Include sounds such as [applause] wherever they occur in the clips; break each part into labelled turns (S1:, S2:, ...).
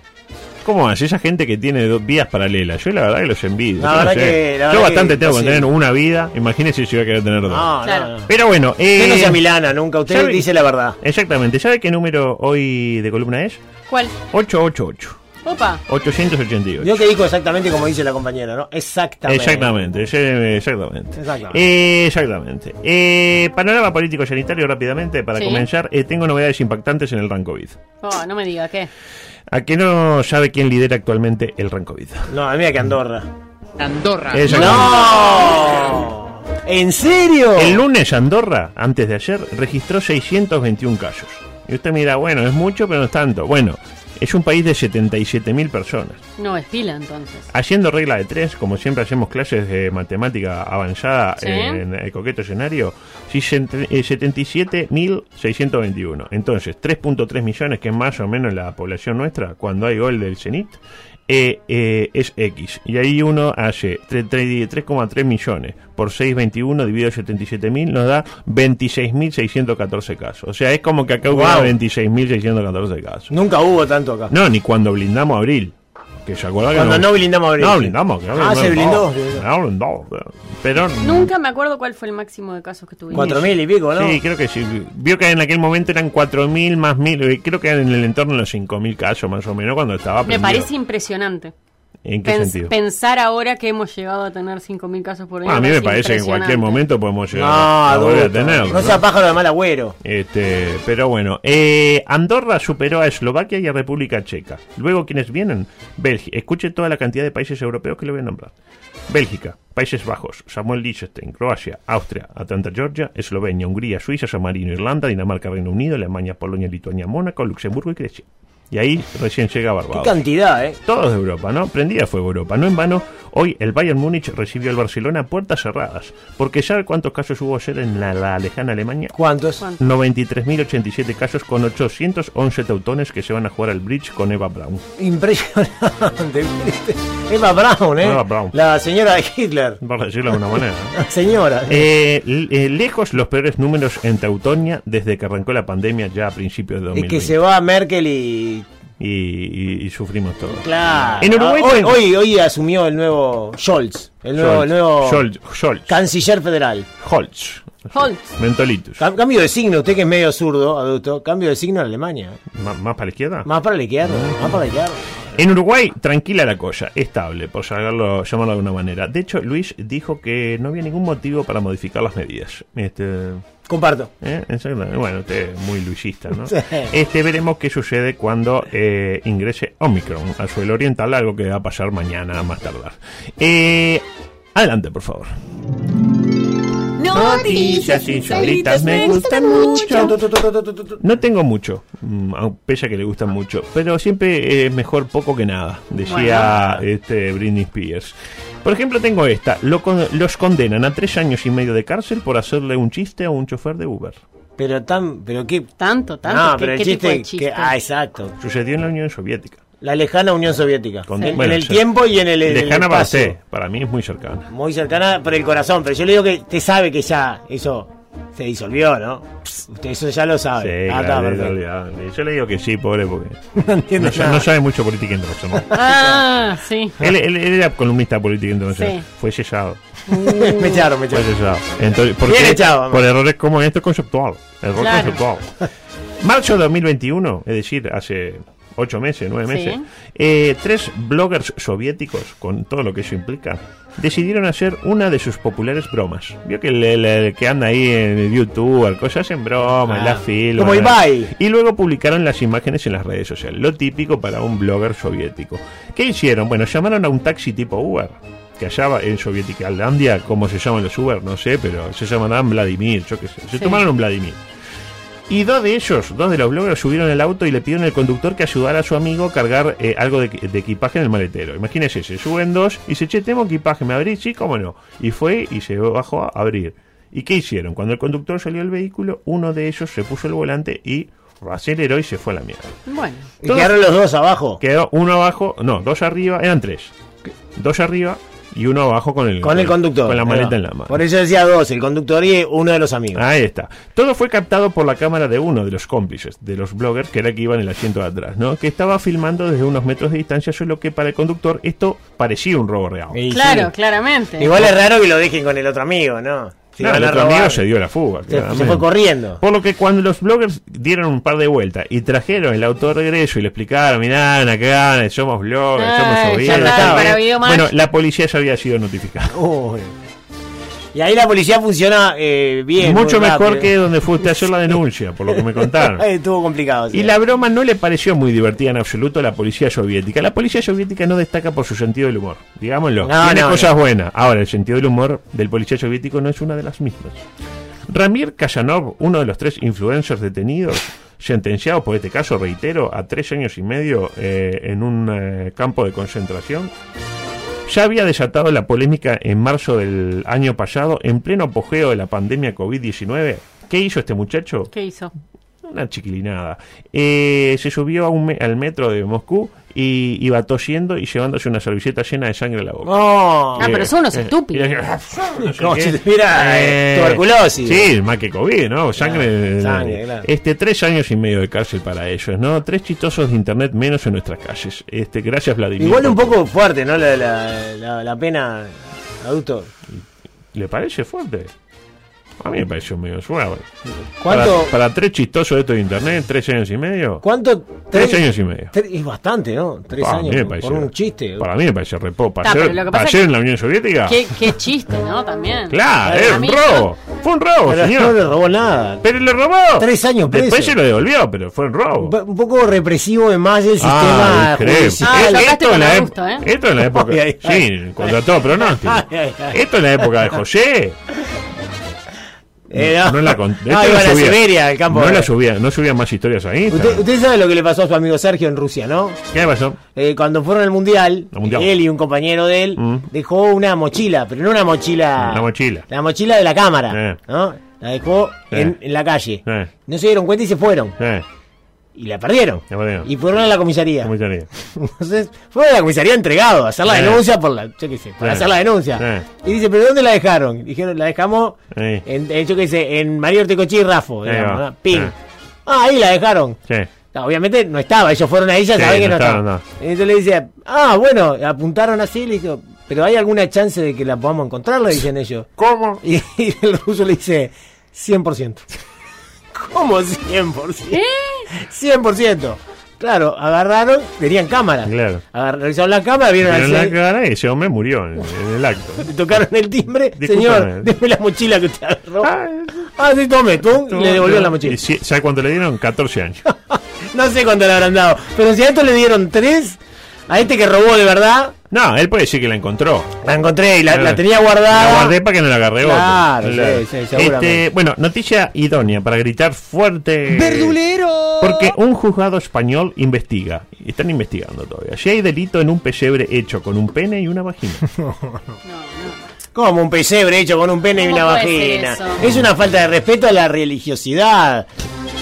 S1: ¿Cómo hace esa gente que tiene dos vidas paralelas? Yo la verdad que los envidio.
S2: La
S1: yo no
S2: verdad
S1: sé.
S2: que- la
S1: yo
S2: verdad
S1: bastante
S2: que
S1: tengo
S2: no
S1: con
S2: sé.
S1: tener una vida, imagínese si yo voy a querer tener dos.
S2: No,
S3: Claro.
S2: no, no.
S1: Pero bueno, eh,
S2: Usted no sea Milana, nunca. Usted
S1: ¿sabe-
S2: dice la verdad.
S1: Exactamente, ¿sabe qué número hoy de columna es?
S3: ¿Cuál?
S1: 888.
S3: Opa.
S1: 888.
S2: Vio que dijo exactamente como dice la compañera, ¿no? Exactamente.
S1: Exactamente, eh, exactamente.
S2: Exactamente.
S1: Eh, exactamente. Eh, panorama político sanitario rápidamente para
S3: Sí.
S1: comenzar. Eh, tengo novedades impactantes en el Rancovid.
S3: Oh, no me diga, ¿qué?
S1: ¿A qué no sabe quién lidera actualmente el Rancovid?
S2: No, a mí que Andorra.
S4: Andorra.
S1: Exactamente.
S2: ¡No! ¿En serio?
S1: El lunes Andorra, antes de ayer, registró 621 casos. Y usted mira, bueno, es mucho, pero no es tanto. Bueno, es un país de 77.000 personas.
S3: No es pila entonces.
S1: Haciendo regla de tres, como siempre hacemos clases de matemática avanzada
S3: Sí.
S1: en el coqueto escenario, sí, sent- eh, 77.621. Entonces, 3.3 millones, que es más o menos la población nuestra, cuando hay gol del Zenit, eh, eh, es X. Y ahí uno hace tre- tre- 3,3 millones por 6.21 dividido 77.000 nos da 26.614 casos. O sea, es como que acá hubo
S2: Guau.
S1: 26.614 casos.
S2: Nunca hubo tanto acá.
S1: No, ni cuando blindamos abril. Que se acuerda que
S2: Cuando no blindamos abril.
S1: No blindamos. que no
S2: Ah, se blindó.
S1: No blindó. Pero.
S3: Nunca me acuerdo cuál fue el máximo de casos que tuvimos.
S2: Cuatro mil y pico, ¿no?
S1: Sí, creo que sí. Vio que en aquel momento eran 4.000 más 1.000. eh, Creo que eran en el entorno de los 5.000 casos, más o menos, cuando estaba.
S3: Me
S1: prendido.
S3: parece impresionante.
S1: ¿En qué
S3: Pens-
S1: sentido?
S3: pensar ahora que hemos llegado a tener 5.000 casos por día.
S1: Ah, a mí me parece que en cualquier momento podemos llegar
S2: No,
S1: a volver a
S2: adulto.
S1: tenerlo,
S2: No sea pájaro de mal agüero.
S1: Este, pero bueno, eh, Andorra superó a Eslovaquia y a República Checa. Luego, ¿quiénes vienen? Bélgica. Escuche toda la cantidad de países europeos que le voy a nombrar. Bélgica, Países Bajos, Samuel Liechtenstein, Croacia, Austria, Atlanta, Georgia, Eslovenia, Hungría, Suiza, San Marino, Irlanda, Dinamarca, Reino Unido, Alemania, Polonia, Lituania, Mónaco, Luxemburgo y Grecia. Y ahí recién llega
S2: Qué
S1: Barbados
S2: cantidad, ¿eh?
S1: todos de Europa, ¿no? Prendida fue Europa, no en vano. Hoy el Bayern Múnich recibió al Barcelona a puertas cerradas, porque ¿sabe cuántos casos hubo ayer en la, la lejana Alemania?
S2: ¿Cuántos?
S1: 93.087 casos con 811 teutones que se van a jugar al bridge con Eva Braun.
S2: Impresionante. Emma Brown, ¿eh?
S1: Emma Brown.
S2: La señora de Hitler.
S1: Para decirlo de una manera.
S2: [laughs]
S1: ¿no?
S2: La señora.
S1: Eh, l- eh, lejos los peores números en Teutonia desde que arrancó la pandemia ya a principios de
S2: es
S1: 2020.
S2: que se va Merkel y.
S1: y, y- y sufrimos todo.
S2: Claro. Ah,
S1: En Uruguay
S2: hoy,
S1: tengo-
S2: hoy, hoy asumió el nuevo Scholz. El nuevo. el nuevo
S1: Scholz, Scholz,
S2: Canciller federal.
S1: Scholz.
S3: Holtz.
S1: Mentolitus.
S2: Cam- cambio de signo, usted que es medio zurdo, adulto. Cambio de signo en Alemania.
S1: Ma- ¿Más para la izquierda?
S2: Más para la izquierda, más para la izquierda.
S1: En Uruguay, tranquila la cosa, estable, por llamarlo, llamarlo de alguna manera. De hecho, Luis dijo que no había ningún motivo para modificar las medidas. Este,
S2: Comparto.
S1: ¿eh? Exactamente. Bueno, usted es muy luisista, ¿no?
S2: Sí.
S1: Este, veremos qué sucede cuando eh, ingrese Omicron al suelo oriental, algo que va a pasar mañana a más tardar. Eh, adelante, por favor. Noticias insólitas me gustan mucho.
S2: Tu, tu, tu, tu, tu, tu, tu.
S1: No tengo mucho, mm, aun- pese a que le gustan mucho, pero siempre es mejor poco que nada, decía este Britney Spears. Por ejemplo, tengo esta. Lo con- los condenan a tres años y medio de cárcel por hacerle un chiste a un chofer de Uber.
S2: Pero tan. Pero qué.
S3: Tanto, tanto.
S2: No,
S3: ¿Qué,
S2: pero el
S3: qué tipo
S2: chiste,
S3: de
S2: que- Ah, exacto.
S1: Sucedió en la Unión Soviética.
S2: La lejana Unión Soviética.
S1: Con-
S2: en,
S1: bueno,
S2: en el
S1: sí.
S2: tiempo y en el. en el
S1: Lejana para
S2: espacio.
S1: usted, para mí es muy cercana.
S2: Muy cercana por el corazón, pero yo le digo que te sabe que ya eso se disolvió, ¿no? Pss, Usted eso ya lo
S1: Sí,
S2: sabe. Ah, está,
S1: claro, es
S2: perfecto.
S1: olvidable. Yo le digo que sí, pobre, porque
S2: [laughs] No entiendo
S1: no, sa-
S2: nada.
S1: no sabe mucho política
S2: [laughs]
S1: internacional.
S3: Ah, sí.
S1: él, él- él era columnista político internacional.
S3: Sí.
S1: Fue cesado.
S2: [laughs] me echaron, me
S1: Pues
S2: echaron.
S1: eso. Entonces, ¿por,
S2: Bien
S1: qué?
S2: echado, vamos.
S1: por errores como esto conceptual. Error
S3: Claro.
S2: [laughs]
S1: conceptual. Marzo de 2021, es decir, hace ocho meses, nueve
S3: Sí.
S1: meses, eh, tres bloggers soviéticos, con todo lo que eso implica, decidieron hacer una de sus populares bromas. Vio que el, el- el que anda ahí en YouTube, el cosas en broma, en
S2: Ah,
S1: la fila.
S2: como
S1: en la-
S2: Ibai.
S1: y luego publicaron las imágenes en las redes sociales, lo típico para un blogger soviético. ¿Qué hicieron? Bueno, llamaron a un taxi tipo Uber, que allá va- en Sovieticalandia, ¿cómo se llaman los Uber? No sé, pero se llamarán Vladimir, yo qué sé. Se
S3: Sí.
S1: tomaron un Vladimir. Y dos de ellos, dos de los bloggers, subieron el auto y le pidieron al conductor que ayudara a su amigo a cargar eh, algo de, de equipaje en el maletero. Imagínense, se suben dos y dice, che, tengo equipaje, ¿me abrís? Sí, cómo no. Y fue y se bajó a abrir. ¿Y qué hicieron? Cuando el conductor salió del vehículo, uno de ellos se puso el volante y aceleró y se fue a la mierda.
S3: Bueno.
S2: [laughs] Y quedaron los dos abajo.
S1: Quedó uno abajo, no, dos arriba, eran tres. Dos arriba y uno abajo con el,
S2: Con el conductor.
S1: Con la
S2: Ahí
S1: maleta
S2: va.
S1: en la mano. Ah.
S2: Por eso decía dos, el conductor y uno de los amigos.
S1: Ahí está. Todo fue captado por la cámara de uno de los cómplices, de los bloggers, que era el que iba en el asiento de atrás, ¿no? Que estaba filmando desde unos metros de distancia, solo que para el conductor esto parecía un robo real.
S2: Y sí.
S3: Claro, claramente.
S2: Igual es raro que lo dejen con el otro amigo, ¿no? Si
S1: Claro,
S2: van
S1: el
S2: a
S1: otro
S2: robar,
S1: amigo se dio la fuga.
S2: se- se,
S1: claramente.
S2: fue corriendo.
S1: Por lo que cuando los bloggers dieron un par de vueltas y trajeron el auto de regreso y le explicaron, mirá, acá somos bloggers,
S3: Ah,
S1: somos
S3: ya
S1: sobrinos.
S2: está,
S1: tal".
S3: para video match.
S1: bueno, la policía ya había sido notificada.
S2: Uy. Y ahí la policía funciona eh, bien.
S1: Mucho
S2: muy
S1: mejor
S2: rápido. Eh,
S1: que donde fue usted a hacer la denuncia, por lo que me contaron.
S2: [laughs] Estuvo complicado. sí.
S1: Y la broma no le pareció muy divertida en absoluto a la policía soviética. La policía soviética no destaca por su sentido del humor, digámoslo.
S2: No,
S1: Tiene
S2: no,
S1: cosas buenas. Ahora, el sentido del humor del policía soviético no es una de las mismas. Ramir Kayanov, uno de los tres influencers detenidos, sentenciados por este caso, reitero, a tres años y medio eh, en un eh, campo de concentración, ya había desatado la polémica en marzo del año pasado, en pleno apogeo de la pandemia COVID-19. ¿Qué hizo este muchacho?
S3: ¿Qué hizo?
S1: una chiquilinada. Eh, se subió a un me- al metro de Moscú y iba tosiendo y llevándose una servilleta llena de sangre en la boca.
S2: No.
S3: Ah, pero son unos
S1: Eh,
S3: estúpidos.
S1: y- no sé [laughs]
S2: Como
S1: qué.
S2: si tuviera, eh, tuberculosis.
S1: Sí, más que COVID, ¿no? Sangre.
S2: Claro, sangre, claro.
S1: Este, tres años y medio de cárcel para ellos, ¿no? Tres chistosos de internet menos en nuestras calles. Este, gracias, Vladimir.
S2: Igual un poco fuerte, ¿no? La, la- la- la pena, adulto.
S1: ¿Le parece fuerte? A mí me pareció medio suave.
S2: ¿Cuánto?
S1: Para, para tres chistosos de estos de internet, tres años y medio.
S2: ¿Cuánto?
S1: Tres años y medio.
S2: Tre- es bastante, ¿no? Tres
S1: Para mí me
S2: años por-
S1: parece-
S2: por un chiste.
S1: Para mí me parece repo. Para
S3: Ta,
S1: ser,
S3: pero lo que
S1: para
S3: pasa
S1: ser
S3: es
S1: en la Unión Soviética.
S3: Qué, qué chiste, ¿no? También.
S1: Ah. Claro,
S3: Para
S1: era un
S3: mí
S1: robo. Fue un robo,
S2: Pero no
S1: señor.
S2: le robó nada.
S1: Pero le robó.
S2: Tres años
S1: Después
S2: preso.
S1: se lo devolvió, pero fue un robo.
S2: Un po- Un poco represivo en más el
S1: Ah,
S2: sistema
S1: increíble.
S3: Ah,
S1: Eh,
S2: judicial.
S3: lo sacaste
S1: esto, en la
S3: con
S1: ep-
S3: gusto, ¿eh?
S1: esto en la época.
S2: Ay, ay, ay.
S1: sí, contra todo pronóstico.
S2: Ay, ay, ay.
S1: Esto en la época de José.
S2: Eh,
S1: no, no la con- de
S2: No,
S1: hecho,
S2: iban
S1: la
S2: a
S1: subía.
S2: Siberia, al campo.
S1: No
S2: de-
S1: la subía, no subían más historias ahí.
S2: Usted, usted sabe lo que le pasó a su amigo Sergio en Rusia, ¿no?
S1: ¿Qué pasó?
S2: Eh, cuando fueron al mundial,
S1: Al Mundial.
S2: él y un compañero de él
S1: Mm.
S2: dejó una mochila, pero no una mochila.
S1: La mochila.
S2: La mochila de la cámara,
S1: Eh.
S2: ¿no? La dejó
S1: Eh.
S2: en, en la calle.
S1: Eh.
S2: No se dieron cuenta y se fueron.
S1: Eh,
S2: Y la perdieron.
S1: La perdieron.
S2: Y fueron a la comisaría.
S1: ¿cómo estaría?
S2: [laughs] Entonces, fueron a la comisaría entregado a hacer la
S1: Eh.
S2: denuncia por la, yo qué sé, por
S1: Eh.
S2: hacer la denuncia.
S1: Eh.
S2: Y dice, ¿pero dónde la dejaron? Dijeron, la dejamos
S1: Eh.
S2: en, en, yo qué sé, en María Ortecochí y Rafo,
S1: Ahí
S2: digamos,
S1: va.
S2: ¿no? Ping.
S1: Eh.
S2: Ah, ahí la dejaron.
S1: Sí.
S2: No, obviamente no estaba, ellos fueron ahí, ya
S1: Sí,
S2: saben que
S1: no
S2: no estaba.
S1: estaba,
S2: Entonces le dice, ah, bueno, apuntaron así, le dijo, pero ¿hay alguna chance de que la podamos encontrar? Le dicen ellos.
S1: ¿Cómo?
S2: Y, [laughs] y el ruso le dice, 100%. [laughs] ¿Cómo 100%? 100%. Claro, agarraron, tenían cámara.
S1: Claro.
S2: Agarraron, revisaron la cámara, vieron
S1: Pero
S2: al
S1: en la
S2: se-
S1: cara ese hombre murió en, en el
S2: [laughs]
S1: acto.
S2: Tocaron el timbre,
S1: Discúlpame.
S2: señor, déme la mochila que usted agarró.
S1: Ah,
S2: Ah, sí, tome, tú,
S1: Tú,
S2: le devolvió
S1: no.
S2: la mochila.
S1: Y si- ¿Sabe cuánto le dieron? 14 años.
S2: No sé cuánto le habrán dado. Pero si a esto le dieron tres, a este que robó de verdad,
S1: No, él puede decir que la encontró.
S2: la encontré y la,
S1: Claro.
S2: la tenía guardada.
S1: Eh, La guardé para que no la agarre otro.
S2: Claro, sí, sí, seguramente.
S1: Este, bueno, noticia idónea para gritar fuerte.
S2: ¡Verdulero!
S1: Porque un juzgado español investiga, y están investigando todavía, si hay delito en un pesebre hecho con un pene y una vagina.
S2: Como un pesebre hecho con un pene y
S3: ¿Cómo
S2: una
S3: puede ser
S2: vagina.
S3: eso?
S2: Es una falta de respeto a la religiosidad.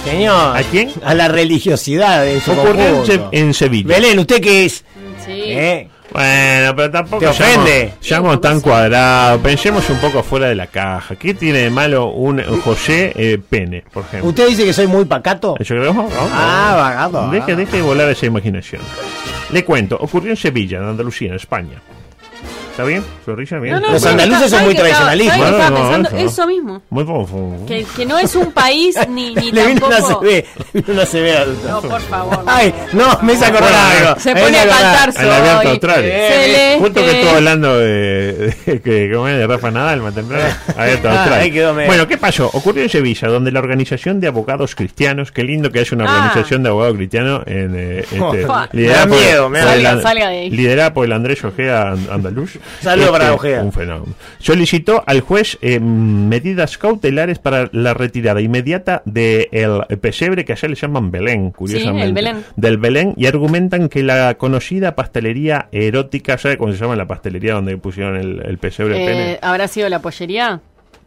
S2: Señor.
S1: ¿A quién?
S2: A la religiosidad en su
S1: Ocurrió en,
S2: conjunto.
S1: Se- en Sevilla.
S2: Belén, ¿usted qué es?
S3: Sí.
S2: ¿Eh?
S1: Bueno, pero tampoco
S2: Te ofende.
S1: seamos- seamos tan cuadrados. Pensemos un poco fuera de la caja. ¿Qué tiene de malo un José eh, Pene, por ejemplo?
S2: ¿Usted dice que soy muy pacato?
S1: Yo creo- no, no.
S2: Ah, vagato.
S1: Deje, deje de volar esa imaginación. Le cuento, ocurrió en Sevilla, en Andalucía, en España. ¿Está bien? ¿Florilla? Bien.
S3: No, no,
S2: Los
S3: no,
S2: andaluces
S3: está-
S2: son muy
S3: ¿sabe que estaba-
S2: tradicionalistas.
S3: ¿sabe que estaba
S1: Bueno, no,
S3: pensando?
S1: eso.
S3: eso mismo.
S1: Muy bueno.
S3: Que, que no es un país
S2: [laughs]
S3: ni, ni
S2: Le vino una
S3: tampoco.
S2: CB. le vino una CB adulta.
S3: No, por favor.
S2: Ay, eh, no, me hice acordar
S1: Bueno,
S2: algo.
S3: Se
S2: Me
S3: pone
S2: hice
S3: a Eh,
S2: acordar.
S3: cantar
S1: Al abierto
S3: soy
S1: austral.
S3: celeste.
S1: Justo
S2: eh.
S1: que estuvo hablando de, de- que, ¿cómo es? de Rafa Nadal, más temprano. Ahí está,
S2: Ah,
S1: otra.
S2: ahí quedó medio.
S1: Bueno, ¿qué pasó? Ocurrió en Sevilla, donde la organización de abogados cristianos, qué lindo que haya una
S3: Ah.
S1: organización de abogados cristianos, en,
S2: [laughs]
S1: eh, este,
S3: Fua.
S1: liderada,
S2: Me da
S1: por,
S2: miedo, me da
S1: por
S3: miedo.
S1: el-
S3: Salga, salga de ahí.
S1: liderada por el Andrés Ojea and- Andaluz.
S2: [laughs]
S1: Este,
S2: Saludo para Ojea.
S1: Un fenómeno. Solicitó al juez eh, medidas cautelares para la retirada inmediata del pesebre que allá le llaman Belén, curiosamente.
S3: el Belén.
S1: Del Belén y argumentan que la conocida pastelería erótica, ¿sabe cómo se llama la pastelería donde pusieron el, el pesebre de
S3: Eh,
S1: pene?
S3: ¿Habrá sido la pollería?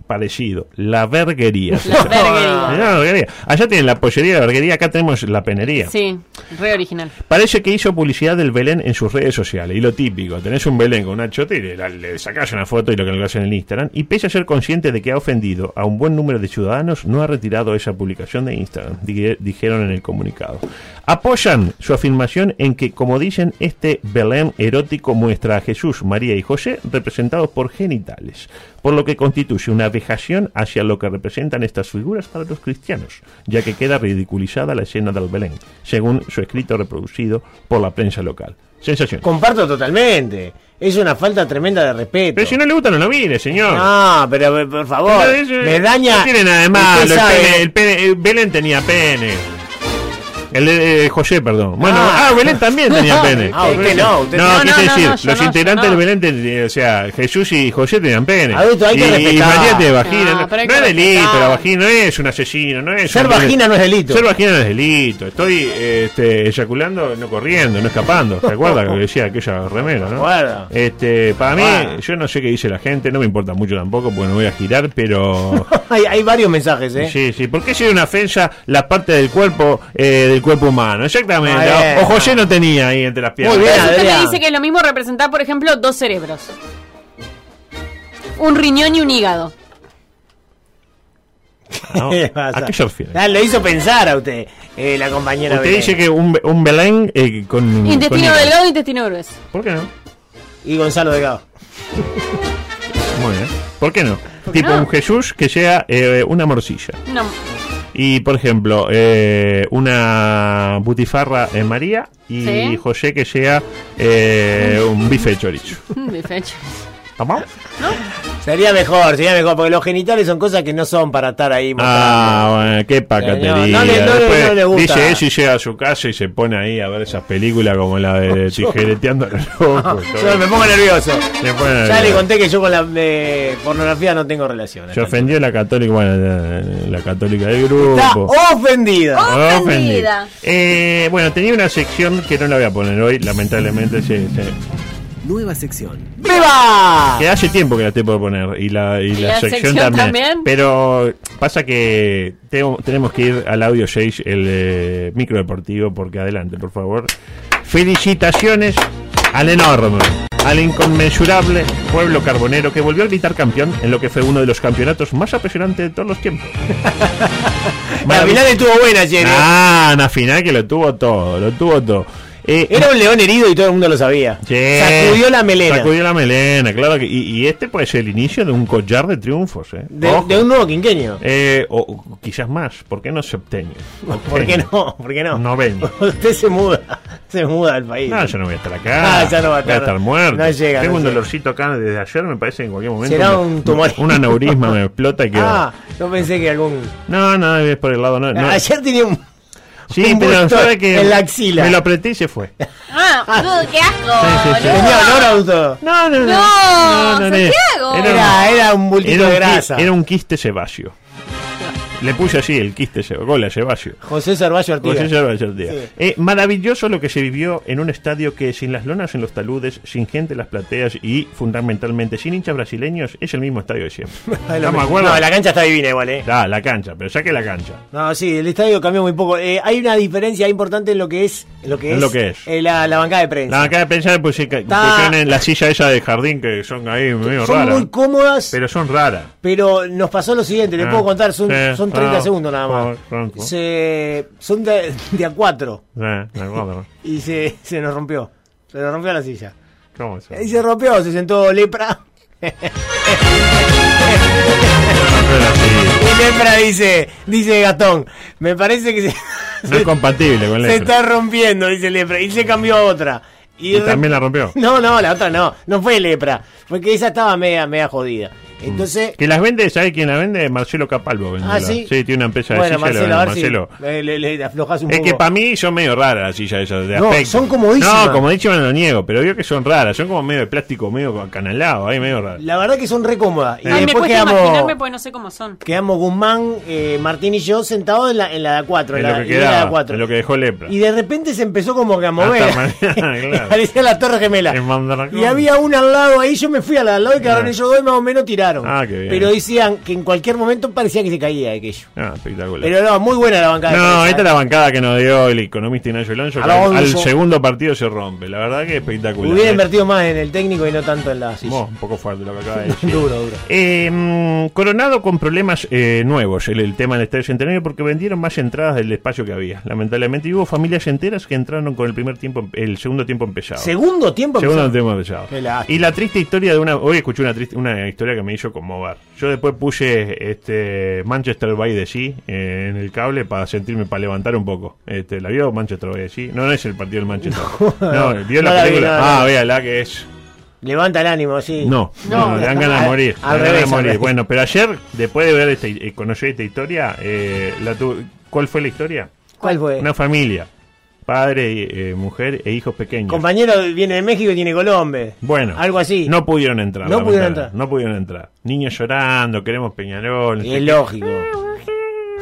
S1: Parecido, la verguería.
S3: [laughs]
S1: se
S3: La
S1: llama.
S3: verguería.
S1: Mirá la verguería. Allá tienen la pollería, la verguería, acá tenemos la penería.
S3: Sí, re original.
S1: Parece que hizo publicidad del Belén en sus redes sociales. Y lo típico, tenés un Belén con una chota y le, la- le sacás una foto y lo colgás en el Instagram. Y pese a ser consciente de que ha ofendido a un buen número de ciudadanos, no ha retirado esa publicación de Instagram, di- dijeron en el comunicado. Apoyan su afirmación en que, como dicen, este Belén erótico muestra a Jesús, María y José representados por genitales, por lo que constituye una vejación hacia lo que representan estas figuras para los cristianos, ya que queda ridiculizada la escena del Belén, según su escrito reproducido por la prensa local. Sensación.
S2: Comparto totalmente. Es una falta tremenda de respeto.
S1: Pero si no le gusta, no lo mire, señor.
S2: No, pero eh, por favor,
S1: Pero eso-
S2: me daña.
S1: No tiene nada de malo. El,
S2: Usted sabe-
S1: pene- el pene- el Belén tenía pene. El de eh, José, perdón. Bueno, ah,
S2: Ah.
S1: Belén también tenía
S2: [laughs]
S1: pene.
S2: Ah, usted no, usted
S1: no,
S3: no.
S1: quise
S3: No, no, no,
S1: decir,
S3: no, yo
S1: los
S3: no, yo
S1: integrantes
S3: no.
S1: del Belén, ten- eh, o sea, Jesús y José tenían pene.
S2: Adulto, hay
S1: y,
S2: que
S1: y
S2: respetar.
S1: María de vagina.
S3: No,
S1: No,
S3: Ah, pero hay
S1: no
S3: que
S1: es delito,
S3: respetar.
S1: la vagina no es un asesino, no es
S2: Ser
S1: un-
S2: vagina no es delito.
S1: Ser vagina no es delito. Estoy eh, este, eyaculando, no corriendo, no escapando. ¿Se acuerda que decía aquella remera, no?
S2: Bueno.
S1: Este, para mí,
S2: Bueno.
S1: yo no sé qué dice la gente, no me importa mucho tampoco, porque no voy a girar,
S2: [laughs]
S1: pero.
S2: [laughs] hay, hay varios mensajes, ¿eh?
S1: Sí, sí, ¿por qué sería una ofensa la parte del cuerpo eh, del cuerpo humano? Exactamente.
S2: Muy bien.
S1: O José no tenía ahí entre las piernas.
S2: Muy bien,
S3: Usted me
S2: Adrián.
S3: dice que es lo mismo representar, por ejemplo, dos cerebros. Un riñón y un hígado.
S1: No,
S2: ¿Qué pasa?
S1: ¿A qué se refiere?
S2: Ah, lo hizo pensar a usted, eh, la compañera.
S1: Usted
S2: Belén.
S1: dice que un, un Belén eh, con. con
S3: Intestino
S1: hígado.
S3: delgado, intestino grueso.
S1: ¿Por qué no?
S2: Y Gonzalo Delgado.
S1: Muy bien. ¿Por qué no?
S3: ¿Por qué
S1: tipo
S3: no?
S1: un Jesús que sea eh, una morcilla.
S3: No, [laughs]
S1: Y, por ejemplo, eh, una butifarra en María y
S3: Sí.
S1: José que sea eh, un bife de chorizo.
S3: de fecha.
S1: ¿Vamos?
S2: Sería mejor, sería mejor, porque los genitales son cosas que no son para estar ahí mostrando.
S1: Ah, bueno, qué pacatería.
S2: No, no le- no le-
S1: Después
S2: no le gusta.
S1: Dice eso y llega a su casa y se pone ahí a ver esas películas como la de tijereteando a los locos.
S2: [laughs] Yo me pongo nervioso.
S1: Se pone
S2: Ya le
S1: nervioso.
S2: conté que yo con la eh, pornografía no tengo relación.
S1: Se ofendió la católica, bueno, la, la católica del grupo. Ah.
S2: Está ofendida.
S1: Ofendida.
S5: Ofendida.
S1: Eh, bueno, tenía una sección que no la voy a poner hoy, lamentablemente. se- se-
S6: Nueva sección.
S2: ¡Viva!
S1: que hace tiempo que la estoy por poner y la, y la sección, también. Pero pasa que tengo- tenemos que ir al audio 6, el eh, micro deportivo, porque adelante, por favor. Felicitaciones al enorme, al inconmensurable pueblo carbonero que volvió a gritar campeón en lo que fue uno de los campeonatos más apasionantes de todos los tiempos.
S2: La final estuvo buena ayer. ¿eh?
S1: Ah, una final que lo tuvo todo, lo tuvo todo. Eh,
S2: Era un león herido y todo el mundo lo sabía.
S1: Sí.
S2: Sacudió la melena.
S1: Sacudió la melena, claro. Que, y, y este puede ser el inicio de un collar de triunfos, ¿eh?
S2: De,
S1: Ojo.
S2: de un nuevo quinquenio.
S1: Eh, o, o quizás más. ¿Por qué no se obtiene?
S2: [laughs] ¿Por qué no? ¿Por qué no?
S1: No vengo.
S2: [laughs] Usted se muda. Se muda al país.
S1: No, yo no voy a estar acá.
S2: Ah, ya no va a
S1: Voy
S2: estar.
S1: estar muerto.
S2: No llega,
S1: Tengo
S2: no
S1: un
S2: llega.
S1: dolorcito acá desde ayer, me parece que en cualquier momento.
S2: Será
S1: me-
S2: un tumor.
S1: Un aneurisma me explota y quedo.
S2: ah, yo pensé que algún.
S1: No, no, es por el lado. No, no.
S2: Ayer tenía un.
S1: Sí,
S2: un
S1: pero
S2: bulto
S1: sabe que.
S2: en la axila.
S1: Me lo apreté y se fue.
S5: Ah, uh, qué asco.
S1: Sí, Eh, sí, sí.
S2: Tenía olor a auto.
S1: No, no, no.
S5: No, Santiago.
S1: Era-
S2: Era, era un bultito
S1: Era un,
S2: de
S1: qui-
S2: grasa.
S1: era un quiste sebáceo. Le puse así el quiste sebáceo, gola sebáceo.
S2: José Sarvallo Ortiz.
S1: José Ceballos Ortega.
S2: Sí.
S1: Eh, maravilloso lo que se vivió en un estadio que sin las lonas en los taludes, sin gente en las plateas y fundamentalmente sin hinchas brasileños es el mismo estadio de
S2: [laughs]
S1: siempre. ¿Estamos de acuerdo?
S2: No, la cancha está divina igual, eh.
S1: Ah, la cancha, pero saque la cancha.
S2: No, sí, el estadio cambió muy poco. Eh, hay una diferencia importante en lo que es, en lo que
S1: En
S2: es,
S1: lo que es.
S2: eh, la, la bancada de prensa.
S1: La bancada de pensar pues sí, que-
S2: Está-
S1: pusieron en la silla esa de jardín que son ahí medio
S2: Son
S1: raras.
S2: muy cómodas, pero...
S1: Pero son raras.
S2: nos pasó lo siguiente, le
S1: Ah,
S2: puedo contar, son,
S1: sí, Ah,
S2: son 30
S1: no,
S2: segundos nada más.
S1: por favor, por favor.
S2: Se- son de, de a cuatro
S1: Eh, me acuerdo.
S2: y se, se nos rompió. Se nos rompió la silla.
S1: ¿Cómo es eso?
S2: Y se rompió, se sentó lepra. [laughs]
S1: Pero sí,
S2: Y lepra dice, dice Gastón, me parece que se,
S1: No es compatible con
S2: [laughs] se
S1: el
S2: está rompiendo, dice lepra. Y se cambió a otra.
S1: Y
S2: de-
S1: también la rompió.
S2: [laughs] No, no, la otra no. No fue lepra. Porque esa estaba media, media jodida.
S1: Mm.
S2: Entonces.
S1: Que las vende, ¿sabe quién la vende? Marcelo Capalvo. vende
S2: Ah,
S1: la-
S2: sí.
S1: tiene una empresa de
S2: Bueno,
S1: silla. la
S2: Marcelo, a
S1: vende
S2: ver si
S1: Marcelo.
S2: le, le- le aflojas un
S1: Es
S2: poco.
S1: que para mí son medio raras las sillas esas de
S2: No,
S1: aspecto.
S2: son comodísimas.
S1: No, comodísimas no lo niego, pero veo que son raras. Son como medio de plástico, medio acanalado, ahí medio raro.
S2: La verdad que son re cómodas. Y
S3: Ay, me
S2: después
S3: cuesta
S2: quedamos,
S3: imaginarme porque no sé
S1: [laughs]
S3: cómo son.
S2: quedamos Guzmán, eh, Martín y yo sentados en la, en la de 4.
S1: Es
S2: En la,
S1: lo que
S2: en la de
S1: quedaba,
S2: A4.
S1: es lo que dejó Lepra.
S2: Y de repente se empezó como que a mover.
S1: Hasta
S2: [laughs]
S1: mañana, claro.
S2: Parecía la torre gemela.
S1: El mandragón.
S2: Y había una al lado ahí, yo me fui a la al lado y quedaron
S1: Ah.
S2: ellos dos y más o menos tiraron.
S1: Ah, qué bien.
S2: Pero decían que en cualquier momento parecía que se caía aquello.
S1: Ah, espectacular.
S2: Pero no, muy buena la bancada. de
S1: no,
S2: prensa,
S1: esta es
S2: ¿eh?
S1: la bancada que nos dio el economista Ignacio Alonso. que al, al
S2: Alonso.
S1: segundo partido se rompe. La verdad que espectacular.
S2: Hubiera
S1: Eh.
S2: invertido más en el técnico y no tanto en la silla.
S1: Vos, un poco fuerte lo que
S2: [laughs]
S1: acaba de decir.
S2: Duro, duro.
S1: Eh, mm, Coronado con problemas eh, nuevos, el, el tema del Estadio Centenario, porque vendieron más entradas del espacio que había, lamentablemente. Y hubo familias enteras que entraron con el primer tiempo, el segundo tiempo empezado.
S2: Segundo tiempo.
S1: Segundo
S2: empezó.
S1: tiempo empezado.
S2: Qué lástima.
S1: Y la triste historia de una. Hoy escuché una triste, una historia que me hizo conmover. Yo después puse este Manchester by the Sea eh, en el cable para sentirme, para levantar un poco. Este, ¿La vio Manchester by the Sea? No, no es el partido del Manchester. No, vio
S2: [laughs] no
S1: la
S2: la vi,
S1: película.
S2: no, no.
S1: ah, véala que es.
S2: Levanta el ánimo, sí.
S1: No, no, le dan ganas de morir. le dan ganas
S2: Al
S1: de
S2: revés, al
S1: morir.
S2: revés.
S1: Bueno, pero ayer, después de ver esta, eh, conocer esta historia, eh, la tu- ¿cuál fue la historia?
S2: ¿Cuál fue?
S1: Una familia, padre, eh, mujer e hijos pequeños.
S2: Compañero viene de México y tiene Colombia.
S1: bueno,
S2: Algo así.
S1: No pudieron entrar.
S2: No pudieron
S1: lamentablemente.
S2: entrar.
S1: No pudieron entrar. Niños llorando, queremos Peñarol. no sé
S2: Y es lógico.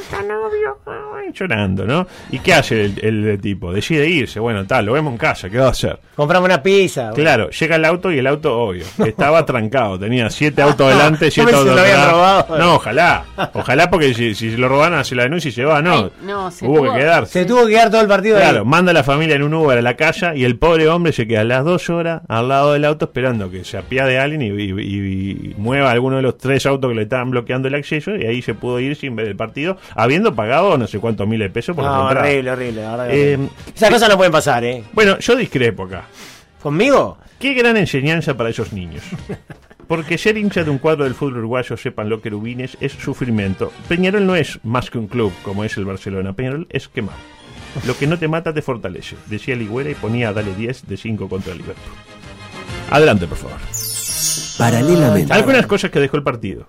S1: qué, Llorando, ¿no? ¿Y qué hace el, el tipo? Decide irse. Bueno, tal, lo vemos en casa. ¿Qué va a hacer?
S2: Compramos una pizza.
S1: Claro, llega el auto y el auto, obvio,
S2: [laughs]
S1: estaba trancado. Tenía siete autos delante, siete
S2: Yo
S1: autos
S2: pensé que lo habían
S1: atrás.
S2: robado.
S1: No, ojalá. Ojalá, porque si, si lo roban, hace la denuncia y se va, no.
S3: Ay, no, se
S1: Hubo
S3: tuvo-
S1: que quedarse.
S2: Se tuvo que quedar todo el partido
S1: Claro,
S2: ahí.
S1: manda a la familia en un Uber a la calle y el pobre hombre se queda a las dos horas al lado del auto esperando que se apiade alguien y, y- y- y mueva alguno de los tres autos que le estaban bloqueando el acceso y ahí se pudo ir sin ver el partido, habiendo pagado no sé cuántos miles de pesos por la
S2: No,
S1: entrada.
S2: horrible, horrible. la verdad que
S1: Eh,
S2: horrible. Esas cosas no pueden pasar, ¿eh?
S1: Bueno, yo discrepo acá.
S2: ¿Conmigo?
S1: Qué gran enseñanza para esos niños. Porque ser hincha de un cuadro del fútbol uruguayo, sepanlo, querubines, es sufrimiento. Peñarol no es más que un club, como es el Barcelona. Peñarol es quemar. Lo que no te mata te fortalece, decía Ligüera y ponía a Dale 10 de 5 contra Liverpool. Adelante, por favor.
S6: Paralelamente,
S1: Algunas cosas que dejó el partido.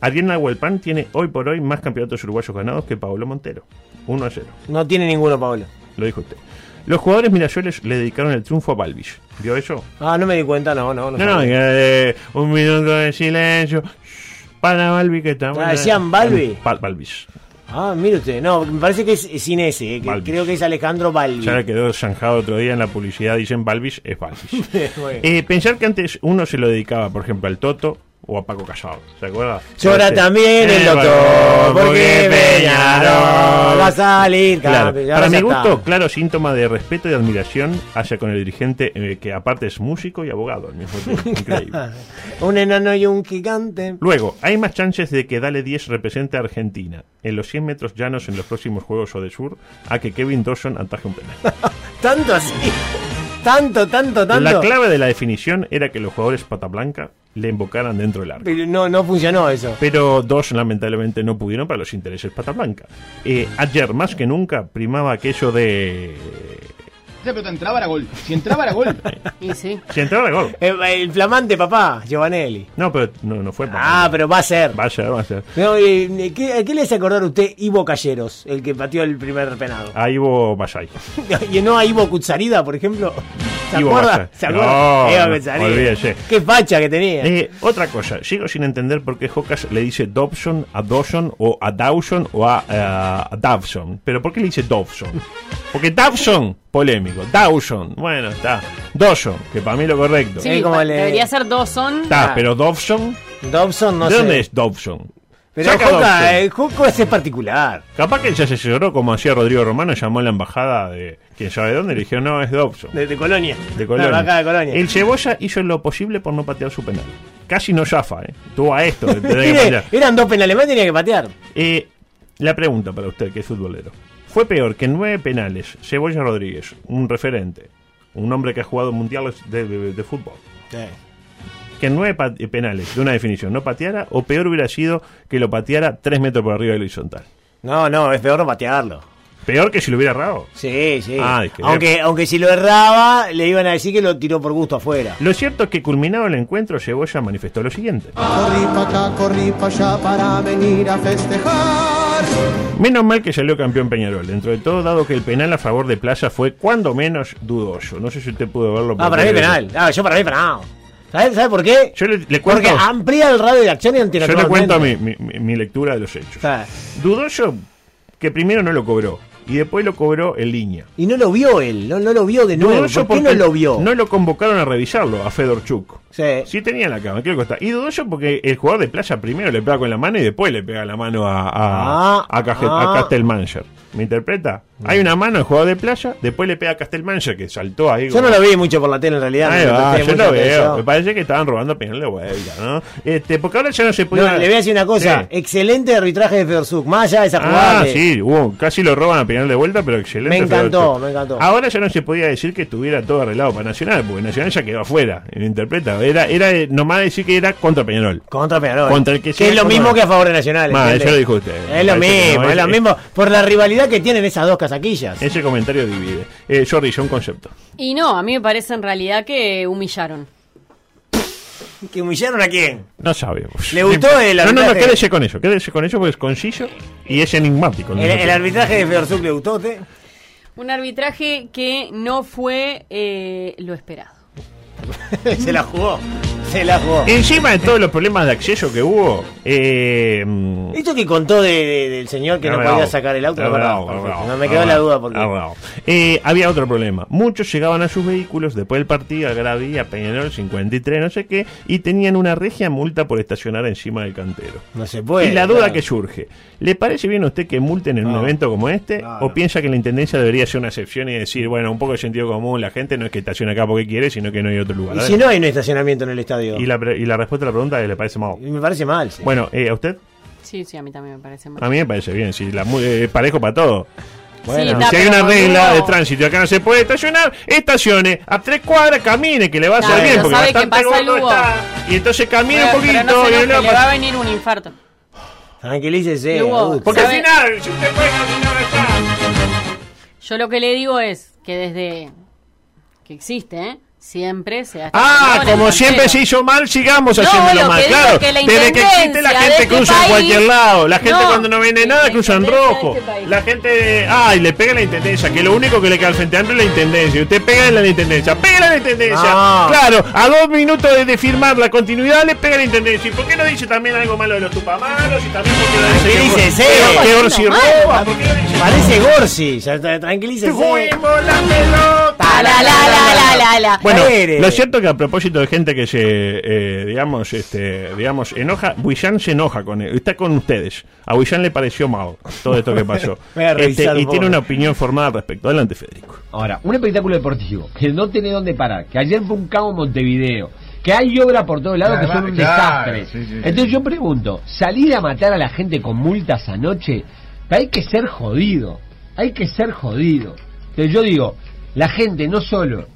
S1: Ariel Nahuelpan tiene hoy por hoy más campeonatos uruguayos ganados que Pablo Montero. 1 a 0.
S2: No tiene ninguno, Pablo.
S1: Lo dijo usted. Los jugadores Mirasoles le dedicaron el triunfo a Balvis. ¿Vio eso?
S2: Ah, no me di cuenta, no, no, no.
S1: No, no, eh, un minuto de silencio. Shh, Para Balbi que está.
S2: Ah, decían Balbi.
S1: Ba- Balbis.
S2: Ah, mire usted. No, me parece que es es sin ese, eh, que
S1: Balbi.
S2: creo que es Alejandro Balbi.
S1: Ya le quedó zanjado otro día en la publicidad. Dicen Balbis es
S2: [laughs]
S1: Balbis.
S2: Bueno.
S1: Eh, pensar que antes uno se lo dedicaba, por ejemplo, al Toto o a Paco Casado. ¿Se acuerda?
S2: Llora
S1: Este,
S2: también el doctor, porque Peñarol va a salir
S1: Claro,
S2: campeón.
S1: para
S2: Ya
S1: mi
S2: está.
S1: gusto, claro síntoma de respeto y admiración hacia con el dirigente eh, que aparte es músico y abogado al mismo
S2: [laughs]
S1: tiempo. Increíble.
S2: Un enano y un gigante.
S1: Luego, hay más chances de que Dale 10 represente a Argentina en los 100 metros llanos en los próximos Juegos o de Sur a que Kevin Dawson ataje un
S2: [laughs]
S1: penal.
S2: Tanto así. Tanto, tanto, tanto.
S1: La clave de la definición era que los jugadores pata blanca le invocaran dentro del arco.
S2: Pero no, no funcionó eso.
S1: Pero dos lamentablemente no pudieron para los intereses pata blanca. Eh, ayer, más que nunca, primaba aquello de...
S4: Pero entraba a gol. Si entraba a gol.
S3: Y sí.
S1: Si entraba el gol.
S2: El, el flamante papá, Giovanelli.
S1: No, pero no, no fue. para-
S2: Ah, pero va a ser.
S1: Vaya, vaya.
S2: No, eh, ¿qué, ¿A qué le hace acordar usted Ivo Calleros, el que pateó el primer penado?
S1: A Ivo Basay.
S2: [laughs] ¿Y no a Ivo Kutsarida, por ejemplo? ¿Se
S1: Ivo
S2: acuerda?
S1: Basay.
S2: ¿Se
S1: No,
S2: acuerda?
S1: no,
S2: Kutsarida.
S1: olvídese.
S2: Qué facha que tenía.
S1: Eh, otra cosa, sigo sin entender por qué Jocas le dice Dobson a Dawson o a Dawson o a, eh, a Dawson. Pero ¿por qué le dice Dobson? Porque Dawson, polémico. Dawson, bueno, está. Dawson, que para mí lo correcto.
S3: Sí,
S2: Eh, como
S3: pa-
S2: le-
S3: debería ser dos son.
S1: Está, pero Dobson,
S2: Dobson, Ah. no
S1: ¿de
S2: sé.
S1: dónde es Dobson?
S2: Pero
S1: Saca Dobson.
S2: Joca, eh, Joco ese es particular.
S1: Capaz que él se asesoró como hacía Rodrigo Romano, llamó a la embajada de quién sabe dónde y le dijeron, no, es Dobson.
S2: De, de Colonia.
S1: de Colonia.
S2: Claro, acá de Colonia.
S1: El [laughs] Cebolla hizo lo posible por no patear su penal. Casi no zafa, ¿eh? Tuvo a
S2: [laughs]
S1: esto. de tener que
S2: Mire,
S1: patear.
S2: eran dos penales más, tenía que patear.
S1: Eh, la pregunta para usted, que es futbolero. ¿Fue peor que en nueve penales Cebolla Rodríguez, un referente, un hombre que ha jugado mundiales de, de- de fútbol, que en nueve pa- eh, penales de una definición no pateara, o peor hubiera sido que lo pateara tres metros por arriba del horizontal?
S2: No, no, es peor no patearlo.
S1: Peor que si lo hubiera errado.
S2: Sí, sí.
S1: Ah, es que-
S2: aunque, aunque si lo erraba, le iban a decir que lo tiró por gusto afuera.
S1: Lo cierto es que culminado el encuentro, Cebolla manifestó lo siguiente.
S7: Corrí pa' acá, corrí pa' allá para venir a festejar.
S1: Menos mal que salió campeón Peñarol, dentro de todo, dado que el penal a favor de Plaza fue cuando menos dudoso. No sé si usted pudo verlo.
S2: Ah,
S1: por
S2: para mí
S1: televisión.
S2: penal. Ah, yo para mí penal. ¿Sabes sabe por qué?
S1: Yo le- le
S2: Porque
S1: cuento-
S2: amplía el radio de acción y
S1: Yo le cuento mi,
S2: antinaturalmente.
S1: mi- mi- mi lectura de los hechos.
S2: O sea,
S1: Dudoso que primero no lo cobró y después lo cobró en línea.
S2: y no lo vio él, no, no lo vio de nuevo.
S1: Dudoso
S2: ¿Por qué no
S1: porque
S2: lo vio?
S1: No lo convocaron a revisarlo a Fedorchuk.
S2: Sí.
S1: Sí tenía la cama, creo que está. Y dudoso porque el jugador de playa primero le pega con la mano y después le pega la mano a, a,
S2: Ah,
S1: a Caje-
S2: ah.
S1: a Castelmanger. ¿Me interpreta? Hay una mano al jugador de playa, después le pega a Castelmanger que saltó ahí.
S2: Yo
S1: como-
S2: no lo vi mucho por la tele en realidad.
S1: Ahí
S2: no le
S1: va,
S2: presté
S1: yo
S2: mucha
S1: lo veo.
S2: atención.
S1: Me parece que estaban robando penal de vuelta, ¿no? Este, porque ahora ya no se puede.
S2: No, le voy a decir una cosa.
S1: Sí.
S2: Excelente arbitraje de Fersuk. Más allá de esa jugada.
S1: Ah,
S2: de-
S1: sí, hubo- casi lo roban a penal de vuelta, pero excelente.
S2: Me encantó,
S1: Fedochuk.
S2: me encantó.
S1: Ahora ya no se podía decir que estuviera todo arreglado para Nacional, porque Nacional ya quedó afuera, en interpreta. Era, era eh, nomás decir que era contra Peñarol.
S2: Contra Peñarol.
S1: Contra el que sea,
S2: es lo
S1: como-
S2: mismo que a favor de Nacional.
S1: Ma,
S2: ¿entendés?
S1: eso lo dijo usted.
S2: Es lo
S1: Parece que
S2: mismo,
S1: no,
S2: es,
S1: es-
S2: lo mismo. Por la rivalidad que tienen esas dos casaquillas.
S1: Ese comentario divide. Eh, sorry, yo un concepto.
S3: Y no, a mí me parece en realidad que humillaron.
S2: ¿Que humillaron a quién?
S1: No sabemos.
S2: ¿Le gustó el
S1: No, no, no,
S2: arbitraje?
S1: quédese con eso. Quédese con eso porque es conciso y es enigmático. al
S2: El,
S1: mismo
S2: el
S1: tiempo.
S2: arbitraje de Fersuk le gustó a usted.
S3: Un arbitraje que no fue eh, lo esperado.
S2: Se la jugó. Se la jugó.
S1: Encima de todos los problemas de acceso que hubo, eh, mm,
S2: Esto que contó de- de- del señor que no
S1: Arreglado.
S2: podía sacar el auto, no,
S1: Arreglado,
S2: verdad,
S1: arreglado,
S2: no me quedó la
S1: arreglado,
S2: duda porque.
S1: arreglado. Eh, había otro problema. Muchos llegaban a sus vehículos después del partido, a Gravía, Peñarol 53, no sé qué, y tenían una regia multa por estacionar encima del cantero.
S2: No se puede.
S1: y la duda
S2: claro.
S1: que surge, ¿le parece bien a usted que multen en un evento como este?
S2: No,
S1: ¿O
S2: no.
S1: piensa que la intendencia debería ser una excepción y decir, bueno, un poco de sentido común, la gente no es que estaciona acá porque quiere, sino que no hay otro lugar?
S2: Y si no hay un estacionamiento en el estadio.
S1: Y la, pre- y la respuesta a la pregunta es, ¿le parece mal?
S2: Y Me parece mal. sí.
S1: Bueno, eh, ¿a usted?
S3: Sí, sí, a mí también me parece mal.
S1: A mí me parece bien, si la, mu- eh, parejo para todo.
S3: sí,
S2: bueno.
S3: ta,
S1: Si hay
S3: pero
S1: una regla
S3: boludo.
S1: de tránsito, acá no se puede estacionar, estacione a tres cuadras, camine, que le va a
S3: Claro,
S1: salir bien,
S3: pero
S1: porque
S3: sabe que
S1: bastante
S3: pasa
S1: gordo
S3: Lugo.
S1: está. Y entonces camine
S3: Pero-
S1: un poquito.
S3: pero no se
S1: y
S3: enoje,
S1: no
S3: le
S1: pasa-
S3: va a venir un infarto.
S2: Tranquilícese.
S3: Lugo,
S2: adulto.
S1: porque
S3: sabe-
S1: al final, si usted puede caminar acá.
S3: Yo lo que le digo es que desde que existe, ¿eh? Siempre se ha
S1: Ah, como siempre se hizo mal, sigamos
S3: No,
S1: haciéndolo
S3: lo
S1: mal,
S3: que digo
S1: claro.
S3: es que la
S1: Desde que existe la
S3: intendencia de
S1: gente
S3: este
S1: cruza en
S3: país-
S1: cualquier lado. La gente
S3: No,
S1: cuando no vende
S3: la
S1: nada cruza en
S3: intendencia de
S1: rojo.
S3: este país.
S1: la gente, ay, le pega a la intendencia, que lo único que le queda al frente amplio es la intendencia. Usted pega en la intendencia, pega en la intendencia.
S2: No.
S1: Claro, a dos minutos de, de firmar la continuidad le pega a la intendencia. ¿Y por qué no dice también algo malo de los tupamaros? Y también porque lo dice
S2: ¿Qué
S1: que-
S2: dices, eh?
S1: que- que Orsi
S3: Bueno,
S1: roba, ¿por qué lo dice?
S2: Parece Gorsi, ya está, tranquilícese.
S1: Juguemos la pelota.
S3: La, la, la, la, la, la.
S1: Bueno,
S2: Aire.
S1: lo cierto que a propósito de gente que se, eh, digamos, este, digamos, enoja, Buillán se enoja con él, está con ustedes. A Buillán le pareció mal todo esto que
S2: [laughs]
S1: pasó.
S2: Voy a revisar
S1: Este,
S2: un
S1: y
S2: poco.
S1: tiene una opinión formada al respecto. Adelante, Federico.
S8: Ahora, un espectáculo deportivo que no tiene dónde parar, que ayer fue un caos en Montevideo, que hay obra por todos lados que
S9: Claro,
S8: son un
S9: claro,
S8: desastre.
S9: sí, sí, sí.
S8: Entonces yo pregunto, salir a matar a la gente con multas anoche, hay que ser jodido, hay que ser jodido. Entonces yo digo, la gente no solo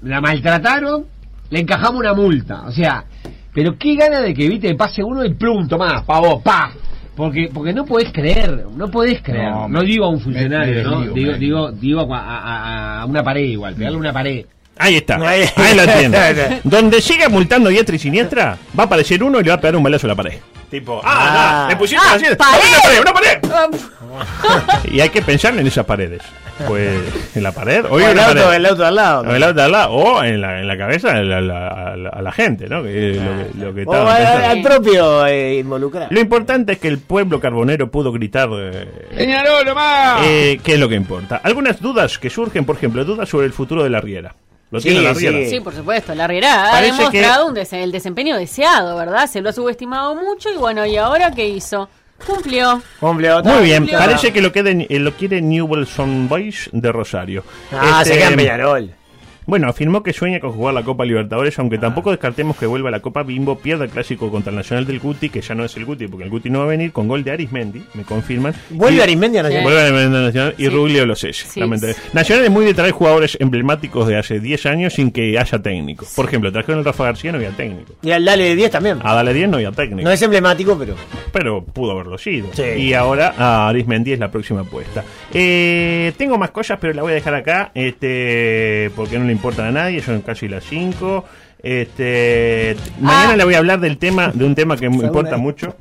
S8: la maltrataron, le encajamos una multa, o sea, pero qué gana de que evite pase uno y plum, tomá, pa vos, pa. Porque, porque no podés creer, no podés creer. No,
S9: No,
S8: digo a
S9: me-
S8: un
S9: me
S8: funcionario, ¿no?
S9: desligo,
S8: digo,
S9: me-
S8: digo, digo a, a- a- a una pared igual, pegarle a una pared.
S1: Ahí está,
S2: Ahí.
S1: ahí
S2: [laughs]
S1: lo tiene. Donde siga multando diestra y siniestra, va a aparecer uno y le va a pegar un balazo a la pared. Tipo, ah,
S2: Ah.
S1: no, me pusiste
S3: Ah,
S1: así.
S3: pared.
S1: ¡Una pared, una pared!
S2: [laughs]
S1: Y hay que pensar en esas paredes. Pues, en la pared,
S2: O
S1: oye,
S2: el
S1: una
S2: auto,
S1: pared.
S2: el auto al lado.
S1: O, el auto al lado, o en, la, en la cabeza a la, la- a la- a la gente, ¿no? Que es lo que, lo que
S2: O
S1: estaban
S2: al,
S1: pensando.
S2: al propio eh, involucrado.
S1: Lo importante es que el pueblo carbonero pudo gritar. eh,
S2: Ah.
S1: eh, ¿Qué es lo que importa? Algunas dudas que surgen, por ejemplo, dudas sobre el futuro de la Riera. Lo
S2: Sí,
S1: tiene la
S2: sí.
S1: Riera.
S3: Sí, por supuesto, la Riera ha
S1: Parece
S3: demostrado
S1: que-
S3: un des- el desempeño deseado, ¿verdad? Se lo ha subestimado mucho y bueno, ¿y ahora qué hizo? Cumplió.
S2: Cumple otra.
S1: Muy bien,
S3: Claro.
S1: parece que lo, quede- eh, lo quiere Newell's Old Boys de Rosario.
S2: Ah,
S1: Este,
S2: se queda en Peñarol.
S1: Bueno, afirmó que sueña con jugar la Copa Libertadores, aunque tampoco descartemos que vuelva la Copa Bimbo, pierda el clásico contra el Nacional del Guti, que ya no es el Guti, porque el Guti no va a venir, con gol de Arismendi, me confirman.
S2: Vuelve
S1: Y-
S2: Arismendi a
S3: Sí.
S2: Nacional.
S1: Vuelve Arismendi a Nacional y
S3: Sí.
S1: Rubio lo sé.
S3: Sí, sí.
S1: Nacional es muy de traer jugadores emblemáticos de hace 10 años sin que haya técnico. Por ejemplo, trajeron el Rafa García, no había técnico.
S2: Y al Dale de 10 también.
S1: A Dale 10 no había técnico.
S2: No es emblemático, pero.
S1: pero pudo haberlo sido.
S2: Sí.
S1: Y ahora a Arismendi es la próxima apuesta. Eh, tengo más cosas, pero la voy a dejar acá, este, porque no le importan a nadie, son casi las 5. Este,
S2: Ah.
S1: mañana le voy a hablar del tema, de un tema que me importa
S2: ahí.
S1: mucho.